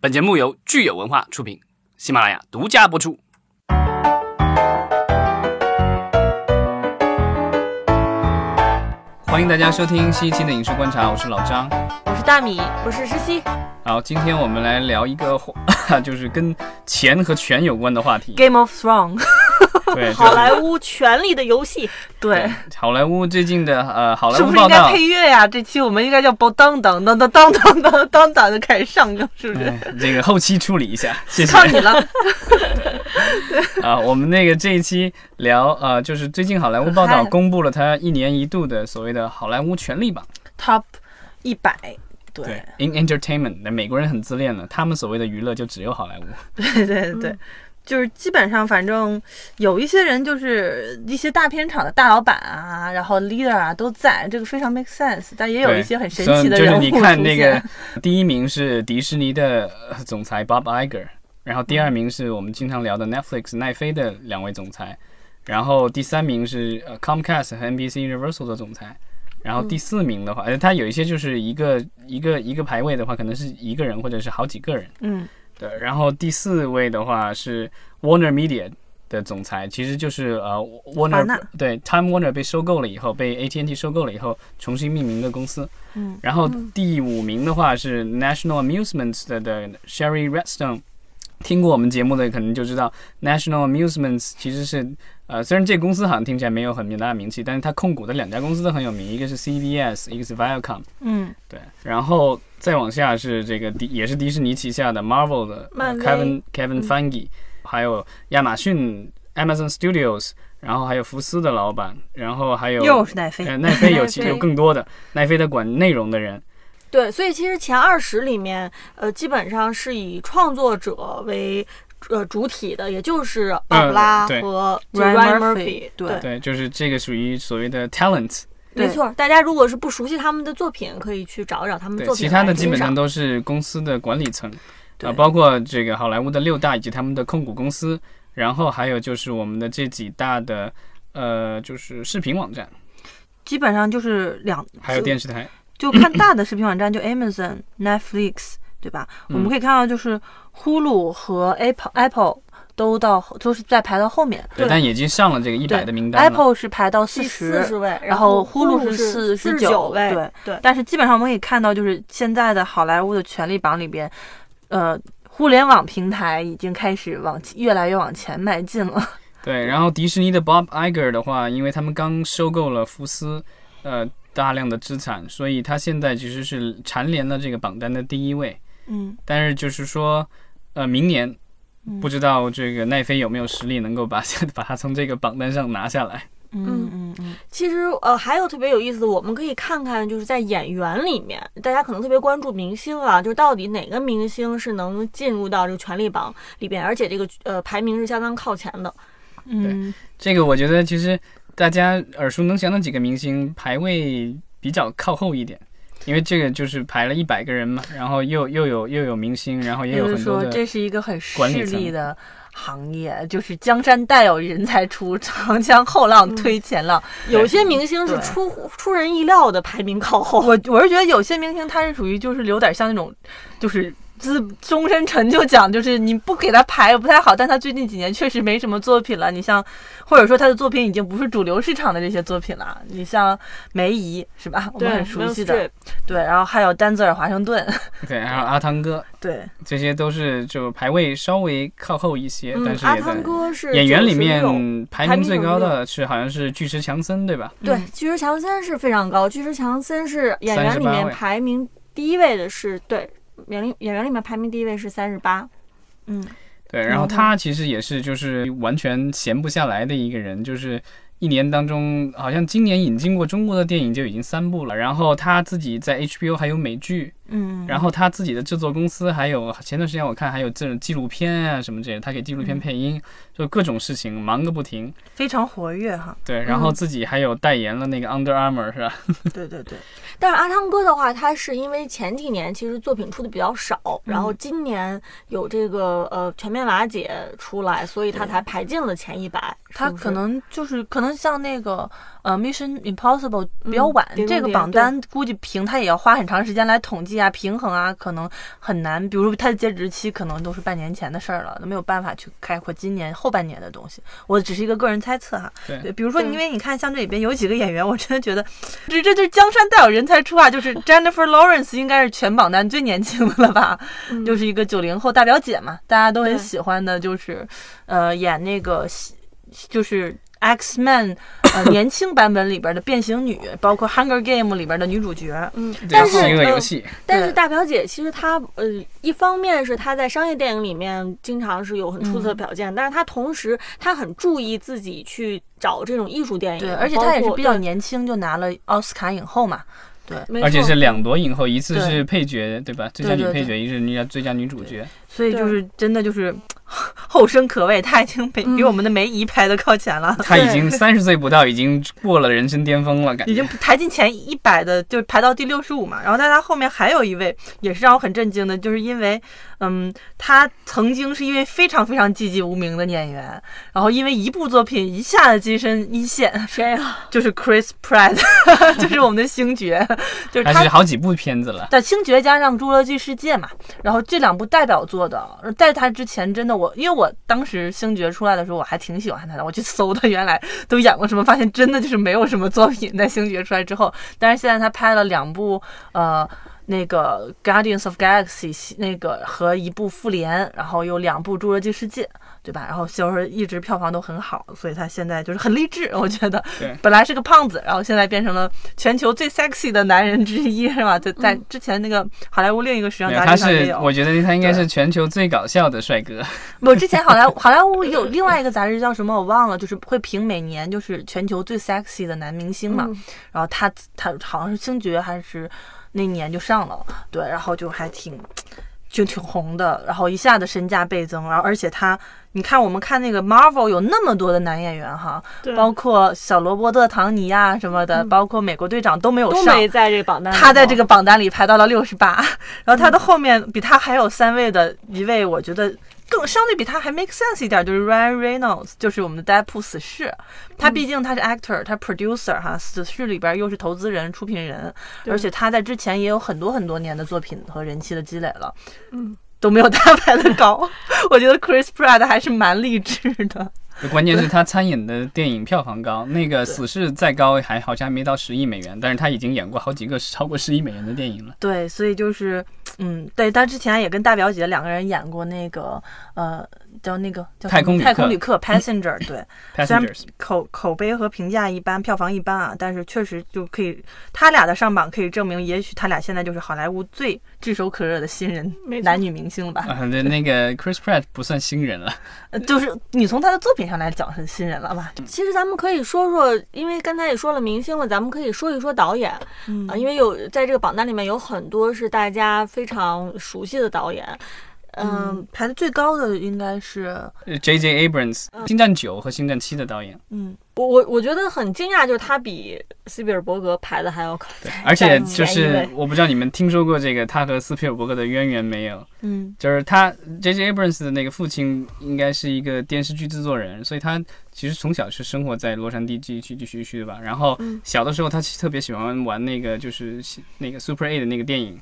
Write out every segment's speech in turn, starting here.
本节目由聚友文化出品，喜马拉雅独家播出。欢迎大家收听新一期的《影视观察》，我是老张。我是大米，我是石溪。好，今天我们来聊一个 话，就是跟钱和权有关的话题。 Game of Thrones，对，好莱坞《权力的游戏》对，好莱坞最近的呃，好莱是坞不是报应该道，配乐呀、这期我们应该叫包当当当当当当当当当就开始上了，是不是？哎 这个后期处理一下， 谢谢靠你了，啊。我们那个这一期聊呃，就是最近好莱坞报道嗨公布了它一年一度的所谓的好莱坞权力榜。 Top 一百，对对，in entertainment，那美国人很自恋了，他们所谓的娱乐就只有好莱坞。对对对，就是基本上，反正有一些人就是一些大片场的大老板啊，然后 leader 啊都在，这个非常 make sense，但也有对一些很神所以奇的就人是物你看那出个现第一名是迪士尼的呃总裁 Bob Iger，然后嗯第二名是我们经常聊的 Netflix 奈飞的两位总裁，然后第三名是呃 Comcast 和 NBC Universal 的总裁。然后嗯第四名的话，呃，他有一些就是一个一个一个排位的话，可能是一个人或者是好几个人。嗯，对，然后第四位的话是 Warner Media 的总裁，其实就是呃华 Warner 纳对 Time Warner 被收购了以后，被 AT&T 收购了以后重新命名的公司。嗯，然后第五名的话是 National Amusements 的的 Sherry Redstone。听过我们节目的可能就知道，National Amusements 其实是，呃，虽然这公司好像听起来没有很大的名气，但是它控股的两家公司都很有名，一个是 CBS，一个是 Viacom。嗯，对，然后再往下是这个迪，也是迪士尼旗下的 Marvel 的、呃漫威嗯 Kevin Kevin Feige，、还有亚马逊 Amazon Studios，然后还有福斯的老板，然后还有又是奈飞，呃奈飞有其奈飞有更多的奈飞的管内容的人，对，所以其实前二十里面，呃，基本上是以创作者为呃主体的，也就是鲍嗯勃拉对和就 Ryan Ryan Murphy， Murphy 对对，对，就是这个属于所谓的 talent，对没错。大家如果是不熟悉他们的作品，可以去找一找他们对，作品其他的来基本欣赏上都是公司的管理层，啊、对包括这个好莱坞的六大以及他们的控股公司，然后还有就是我们的这几大的呃，就是视频网站，基本上就是两，还有电视台。就看大的视频网站，就 Amazon、Netflix，对吧？嗯我们可以看到，就是呼噜和 Apple Apple 都到都是在排到后面对，对但已经上了这个一百对的名单了。 ，Apple 是排到四第十四。十位，然后后呼噜噜是是49十九位，对对但是基本上我们可以看到，就是现在的好莱坞的权力榜里边，呃，互联网平台已经开始往越来越往前迈进了。对，然后迪士尼的 Bob Iger 的话，因为他们刚收购了福斯，呃，大量的资产，所以他现在其实是蝉联了这个榜单的第一位。嗯，但是就是说，呃，明年不知道这个奈飞有没有实力能够把 把它从这个榜单上拿下来。嗯嗯嗯，其实呃，还有特别有意思的，我们可以看看，就是在演员里面，大家可能特别关注明星啊，就是到底哪个明星是能进入到这个权力榜里边，而且这个呃排名是相当靠前的。嗯，这个我觉得其实大家耳熟能详的几个明星排位比较靠后一点。因为这个就是排了一百个人嘛，然后又又有又有明星，然后也有就是很多说的这是一个很势管理层嗯利的行业，就是江山代有人才出，长江后浪推前浪。有些明星是对出乎出人意料的排名靠后。我我是觉得有些明星他是属于就是有点像那种，就是自终身成就奖，就是你不给他排不太好，但他最近几年确实没什么作品了。你像，或者说他的作品已经不是主流市场的这些作品了。你像梅姨是吧？ 我对，们很熟悉 Meryl 的 Streep，对，然后还有丹泽尔华盛顿， 对，还有阿汤哥，对，这些都是就排位稍微靠后一些，但嗯，是阿也汤在哥是演员里96面嗯排排名名最有高六的是好像是巨石强森，对吧？对嗯，巨石强森是非常高，巨石强森是演员里38面位排名第一位的是，对，演员演员里面排名第一位是三十八。嗯，对，然后然后他其实也是就是完全闲不下来的一个人，就是一年当中好像今年引进过中国的电影就已经三部了，然后他自己在 HBO 还有美剧，嗯，然后他自己的制作公司还有前段时间我看还有这种纪录片啊什么这些，他给纪录嗯片配音，就各种事情忙个不停。非常活跃哈，对，然后自己还有代言了那个 Under Armour 是吧？对对对，但是阿汤哥的话，他是因为前几年其实作品出的比较少，然嗯后今年有这个呃全面瓦解出来，所以他才排进了前一百。他是不是可能就是可能像那个呃《Mission Impossible》比较嗯晚，碟中这个谍榜对单估计评他也要花很长时间来统计计啊、平衡啊，可能很难。比如说他的截止期可能都是半年前的事儿了，都没有办法去概括今年后半年的东西。我只是一个个人猜测哈。对比如说，对因为你看像这里边有几个演员，我真的觉得这这就是江山代有人才出啊，就是 Jennifer Lawrence 应该是全榜单最年轻的了吧，嗯就是一个九零后大表姐嘛，大家都很对喜欢的，就是呃演那个西就是 X Men 呃年轻版本里边的变形女，包括 Hunger Game 里边的女主角，嗯，对但是是一个游呃戏，但是对大表姐其实她呃，一方面是她在商业电影里面经常是有很出色的表现，但是她同时她很注意自己去找这种艺术电影，对，而且她也是包括比较年轻就拿了奥斯卡影后嘛，没而且错是两夺影后，一次对是配角，对吧？最佳女对对配对角，一是人家最佳女主角。 所以对就是真的就是。 后生可畏，她已经比比嗯我们的梅姨拍的靠前 了。她已对经三十岁不到，已经过了人生巅峰了，感觉已经排进前一百的，就是排到第六十五嘛。然后在他后面还有一位，也是让我很震惊的，就是因为，嗯，他曾经是一位非常非常寂寂无名的演员，然后因为一部作品一下子跻身一线，谁啊？就是 Chris Pratt，就是 我们的星爵，就是还是他。好几部片子了。在《星爵》加上《侏罗纪世界》嘛，然后这两部代表作的，在他之前真的我，因为我当时《星爵》出来的时候，我还挺喜欢他的，我去搜他原来都演过什么，发现真的就是没有什么作品在《星爵》出来之后，但是现在他拍了两部呃。那个《Guardians of Galaxy》那个和一部《复联》，然后有两部《侏罗纪世界》，对吧？然后就是一直票房都很好，所以他现在就是很励志，我觉得对。本来是个胖子，然后现在变成了全球最 sexy 的男人之一，是吧？就在之前那个好莱坞另一个时尚没有杂嗯他志上也是，我有。觉得他应该对是全球最搞笑的帅哥。我 之前好莱好莱坞有另外一个杂志叫什么我忘了，就是会评每年就是全球最 sexy 的男明星嘛。嗯然后他他好像是星爵还是那年就上了，对，然后就还挺就挺红的，然后一下子身价倍增，然后而且他，你看我们看那个 Marvel 有那么多的男演员哈，对包括小罗伯特·唐尼啊什么的，嗯包括美国队长都没有都上。没在这个榜单里头，他在这个榜单里排到了六十八，然后他的后面比他还有三位的一位，我觉得更相对比他还 make sense 一点，就是 Ryan Reynolds，就是我们的 Deadpool 死侍。他毕竟他是 actor，他 producer 哈，死侍里边又是投资人、出品人，对而且他在之前也有很多很多年的作品和人气的积累了，嗯，都没有他排的高。 我觉得 Chris Pratt 还是蛮励志的，关键是他参演的电影票房高，那个《死侍》再高还好像还没到十亿美元，但是他已经演过好几个超过十亿美元的电影了。对，所以就是，嗯，对，他之前也跟大表姐两个人演过那个，呃，叫那个叫什太空么旅客嗯太空旅客 Passenger，对，虽然 Passengers，口口碑和评价一般，票房一般啊，但是确实就可以，他俩的上榜可以证明，也许他俩现在就是好莱坞最炙手可热的新人没错男女明星了吧。啊，对，那个 Chris Pratt 不算新人了，呃 就是你从他的作品上来讲是新人了吧？其实咱们可以说说，因为刚才也说了明星了，咱们可以说一说导演嗯啊，因为有在这个榜单里面有很多是大家非常熟悉的导演，嗯嗯，排的最高的应该是，呃 J.J. Abrams，《嗯星战九》和《星战七》的导演。嗯，我我我觉得很惊讶，就是他比斯皮尔伯格排的还要高。对，而且占就前一是位我不知道你们听说过这个他和斯皮尔伯格的渊源没有？嗯，就是他 J.J. Abrams 的那个父亲应该是一个电视剧制作人，所以他其实从小是生活在洛杉矶地区地区区的吧。然后嗯小的时候他特别喜欢玩那个就是那个 Super A 的那个电影。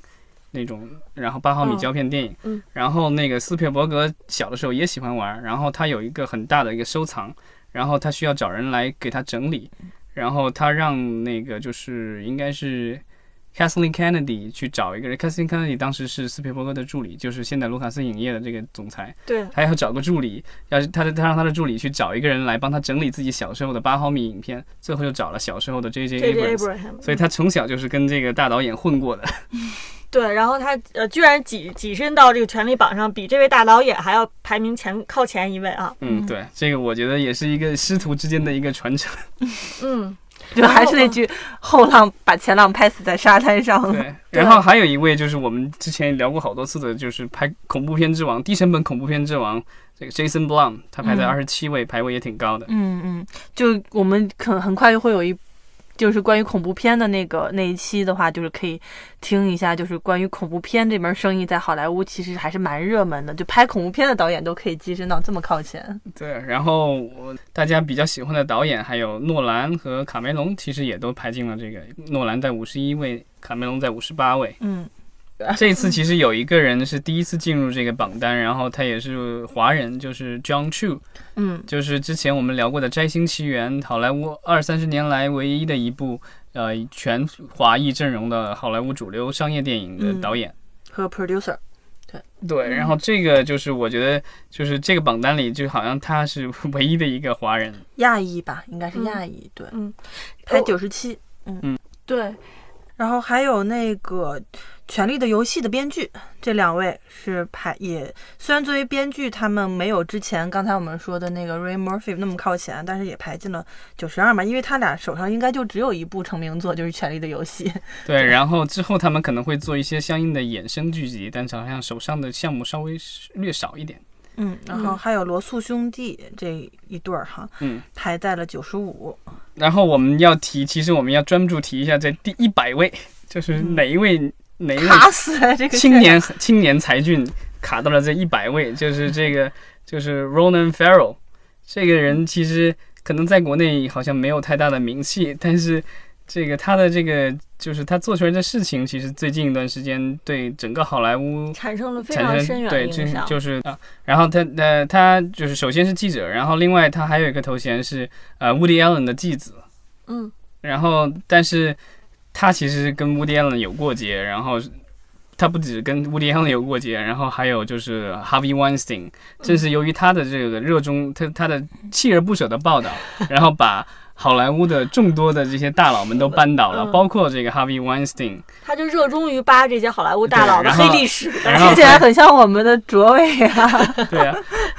那种，然后八毫米哦胶片电影，嗯然后那个斯皮尔伯格小的时候也喜欢玩，然后他有一个很大的一个收藏，然后他需要找人来给他整理，然后他让那个就是应该是 Kathleen Kennedy 去找一个人，Kathleen Kennedy 当时是斯皮尔伯格的助理，就是现在卢卡斯影业的这个总裁，对，他要找个助理，要是他的他让他的助理去找一个人来帮他整理自己小时候的八毫米影片，最后就找了小时候的 J.J. J J Abrams， Abraham，所以他从小就是跟这个大导演混过的。对，然后他呃，居然跻跻身到这个权力榜上，比这位大导演还要排名前靠前一位啊。嗯，对，这个我觉得也是一个师徒之间的一个传 承。嗯，就还是那句后浪把前浪拍死在沙滩上。对，然后还有一位就是我们之前聊过好多次的，就是拍恐怖片之王、低成本恐怖片之王，这个 Jason Blum，他排在嗯二十七位，排位也挺高的。嗯嗯，就我们可很快就会有一，就是关于恐怖片的那个那一期的话，就是可以听一下，就是关于恐怖片这门生意在好莱坞其实还是蛮热门的，就拍恐怖片的导演都可以跻身到这么靠前。对，然后我大家比较喜欢的导演还有诺兰和卡梅隆，其实也都排进了这个。诺兰在五十一位，卡梅隆在五十八位。嗯， 这次其实有一个人是第一次进入这个榜单，然后他也是华人，就是 John Chu，嗯，就是之前我们聊过的《摘星奇缘》，好莱坞二三十年来唯一的一部呃全华裔阵容的好莱坞主流商业电影的导演。和 producer，对，然后这个就是我觉得，就是这个榜单里，就好像他是 唯一的一个华人。亚裔吧，应该是亚裔，对，嗯，排哦九十七，对，然后还有那个《权力的游戏》的编剧，这两位是排也虽然作为编剧，他们没有之前刚才我们说的那个 Ray Murphy 那么靠前，但是也排进了九十二嘛，因为他俩手上应该就只有一部成名作，就是《权力的游戏》。对，然后之后他们可能会做一些相应的衍生剧集，但是好像手上的项目稍微略少一点。嗯， 然后还有罗素兄弟这一对儿哈，嗯，排在了九十五。然后我们要提，其实我们要专注提一下这第一百位，就是哪一位、哪一位嗯 卡死了这个哎青事儿年青年才俊卡到了这一百位，就是这个就是 Ronan Farrow 这个人，其实可能在国内好像没有太大的名气，但是这个他的这个就是他做出来的事情，其实最近一段时间对整个好莱坞产生了非产常生深远的对，就影是响。就是啊，然后他呃他就是首先是记者，然后另外他还有一个头衔是呃 Woody Allen 的继子，嗯，然后，但是他其实跟 Woody Allen 有过节，然后他不止跟 Woody Allen 有过节，然后还有就是 Harvey Weinstein，正是由于他的这个热衷，他他的锲而不舍的报道，然后把好莱坞的众多的这些大佬们都扳倒了，嗯包括这个 Harvey Weinstein，他就热衷于扒这些好莱坞大佬对的然后黑历史，然后听起来很像我们的卓伟啊，对啊，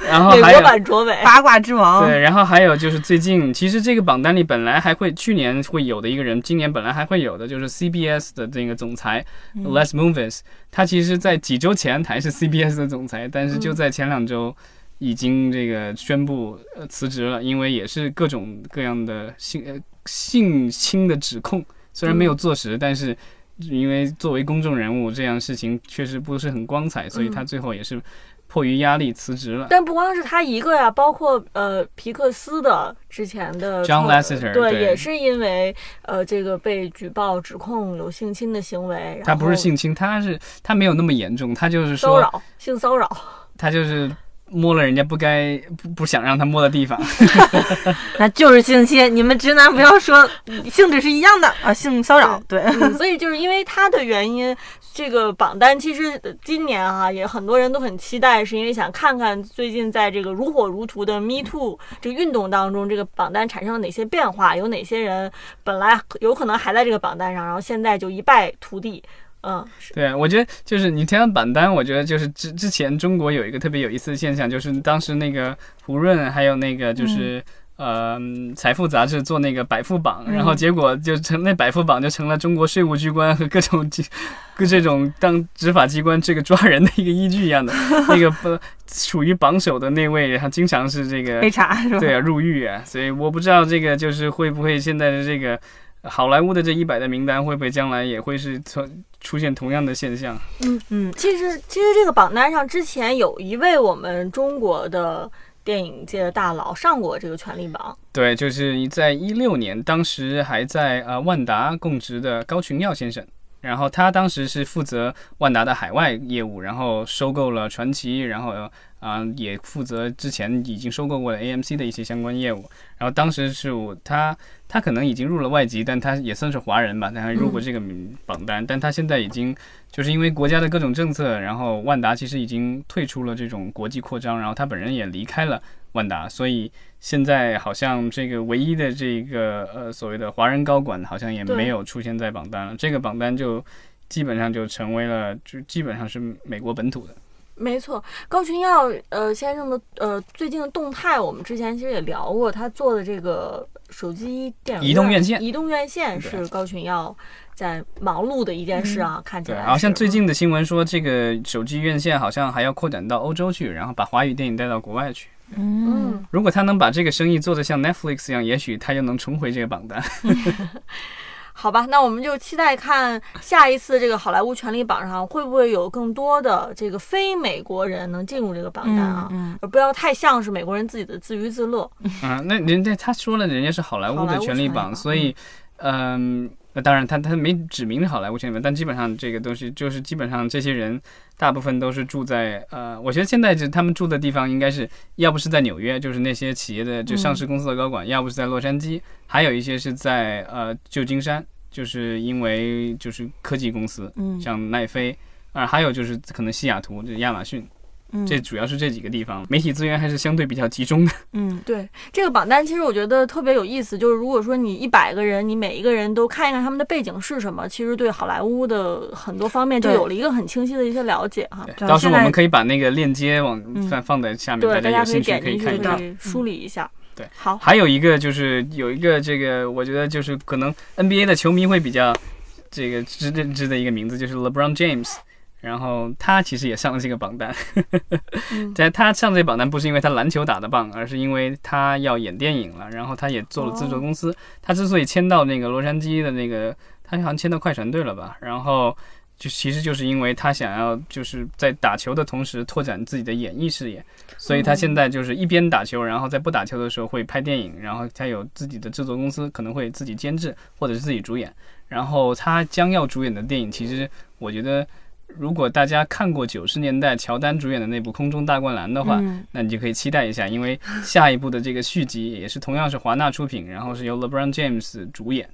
然后美还国有。版卓伟。八卦之 王。对，然后还有就是最近，其实这个榜单里本来还会去年会有的一个人，今年本来还会有的，就是 CBS 的这个总裁 Les Moonves，、他其实在几周前还是 CBS 的总裁，但是就在前两周已经这个宣布呃辞职了，因为也是各种各样的性呃性侵的指控，虽然没有坐实，但是。因为作为公众人物，这样事情确实不是很光彩，所以他最后也是迫于压力辞职了。但不光是他一个呀，包括呃皮克斯的之前的 John 创 Lasseter，对，对也是因为呃这个被举报指控有性侵的行为，他然不是后性侵，他是他没有那么严重，他就是骚说扰，性骚扰，他就是摸了人家不该不不想让他摸的地方。 那就是性侵，你们直男不要说性质是一样的啊，性骚扰对。嗯，所以就是因为他的原因，这个榜单其实呃今年啊，也很多人都很期待，是因为想看看最近在这个如火如荼的 Me Too 这个运动当中，这个榜单产生了哪些变化，有哪些人本来有可能还在这个榜单上，然后现在就一败涂地。嗯，是对，啊我觉得就是你提到榜单，我觉得就是之之前中国有一个特别有意思的现象，就是当时那个胡润还有那个嗯就是。呃，财富杂志做那个百富榜，然嗯后结果就成那百富榜就成了中国税务机关和各种机，各这种当执法机关这个抓人的一个依据一 样的。那个不属于榜首的那位，他经常是这个被查是吧？ 对啊，入狱啊，所以我不知道这个就是会不会现在的这个好莱坞的这一百的名单会不会将来也会是出出现同样的现象？嗯，其实其实这个榜单上之前有一位我们中国的电影界的大佬上过这个权力榜，对，就是在一六年，当时还在呃万达供职的高群耀先生，然后他当时是负责万达的海外业务，然后收购了传奇，然后啊、呃也负责之前已经收购过的 AMC 的一些相关业务。然后当时是我他他可能已经入了外籍，但他也算是华人吧，但他入过这个名榜单，但他现在已经就是因为国家的各种政策，然后万达其实已经退出了这种国际扩张，然后他本人也离开了万达，所以。现在好像这个唯一的这个呃所谓的华人高管好像也对没有出现在榜单了，这个榜单就基本上就成为了就基本上是美国本土的。没错，高群耀呃先生的呃最近的动态，我们之前其实也聊过，他做的这个手机电影移动院线移动院线对嗯是高群耀在忙碌的一件事啊，看起对，来好像是最近的新闻说，这个手机院线好像还要扩展到欧洲去，然后把华语电影带到国外去。嗯，如果他能把这个生意做得像 Netflix 一样，也许他就能重回这个榜单。好吧，那我们就期待看下一次这个好莱坞权力榜上会不会有更多的这个非美国人能进入这个榜单啊，嗯而不要太像是美国人自己的自娱自乐。啊嗯，那人家他说了，人家是好莱坞好莱的坞权力权力榜，榜所以，嗯、那当然他，他没指明好莱坞圈里面，但基本上这个东西就是基本上这些人大部分都是住在呃，我觉得现在就他们住的地方应该是要不是在纽约，就是那些企业的就上市公司的高管，要不是在洛杉矶，还有一些是在呃旧金山，就是因为就是科技公司，嗯像奈飞，啊、还有就是可能西雅图，就是亚马逊，嗯这主要是这几个地方，媒体资源还是相对比较集中的。嗯对这个榜单，其实我觉得特别有意思。就是如果说你一百个人，你每一个人都看一看他们的背景是什么，其实对好莱坞的很多方面就对有了一个很清晰的一些了解哈。主到时要候我现在们可以把那个链接往嗯放放在下面，对，大大家有家可兴以趣点可以进去看一看。嗯可以梳理一下。对，好，还有一个就是有一个这个，我觉得就是可能 NBA 的球迷会比较这个知认知的一个名字，就是 LeBron James。然后他其实也上了这个榜单，嗯但他上这个榜单不是因为他篮球打得棒，而是因为他要演电影了，然后他也做了制作公司。他之所以签到那个洛杉矶的那个，他好像签到快船队了吧？然后就其实就是因为他想要就是在打球的同时拓展自己的演艺事业，所以他现在就是一边打球，然后在不打球的时候会拍电影，然后他有自己的制作公司，可能会自己监制或者是自己主演。然后他将要主演的电影，其实我觉得，如果大家看过九十年代乔丹主演的那部《空中大灌篮》的话，嗯那你就可以期待一下，因为下一部的这个续集也是同样是华纳出品，然后是由 LeBron James 主演。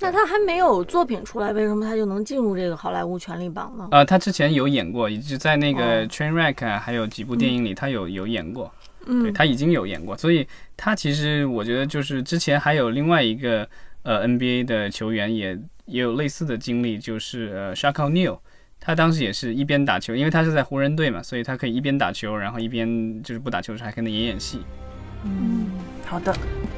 那他还没有作品出来，为什么他就能进入这个好莱坞权力榜呢？呃，他之前有演过，也就在那个哦《Trainwreck》啊还有几部电影里，他有有演过。对嗯，他已经有演过，所以他其实我觉得就是之前还有另外一个呃 NBA 的球员也也有类似的经历，就是呃 s h a q u Neal，他当时也是一边打球，因为他是在湖人队嘛，所以他可以一边打球，然后一边就是不打球的时候还可能演演戏。嗯，好的，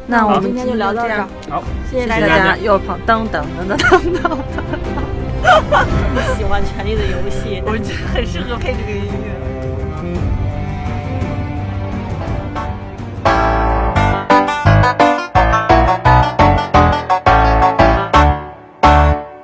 那那我我们们今天就聊到这儿，，好，谢谢谢大谢谢大谢大家家家。又跑噔噔 噔噔噔噔，喜欢《权力的游戏》。我觉得很适合配这个音乐。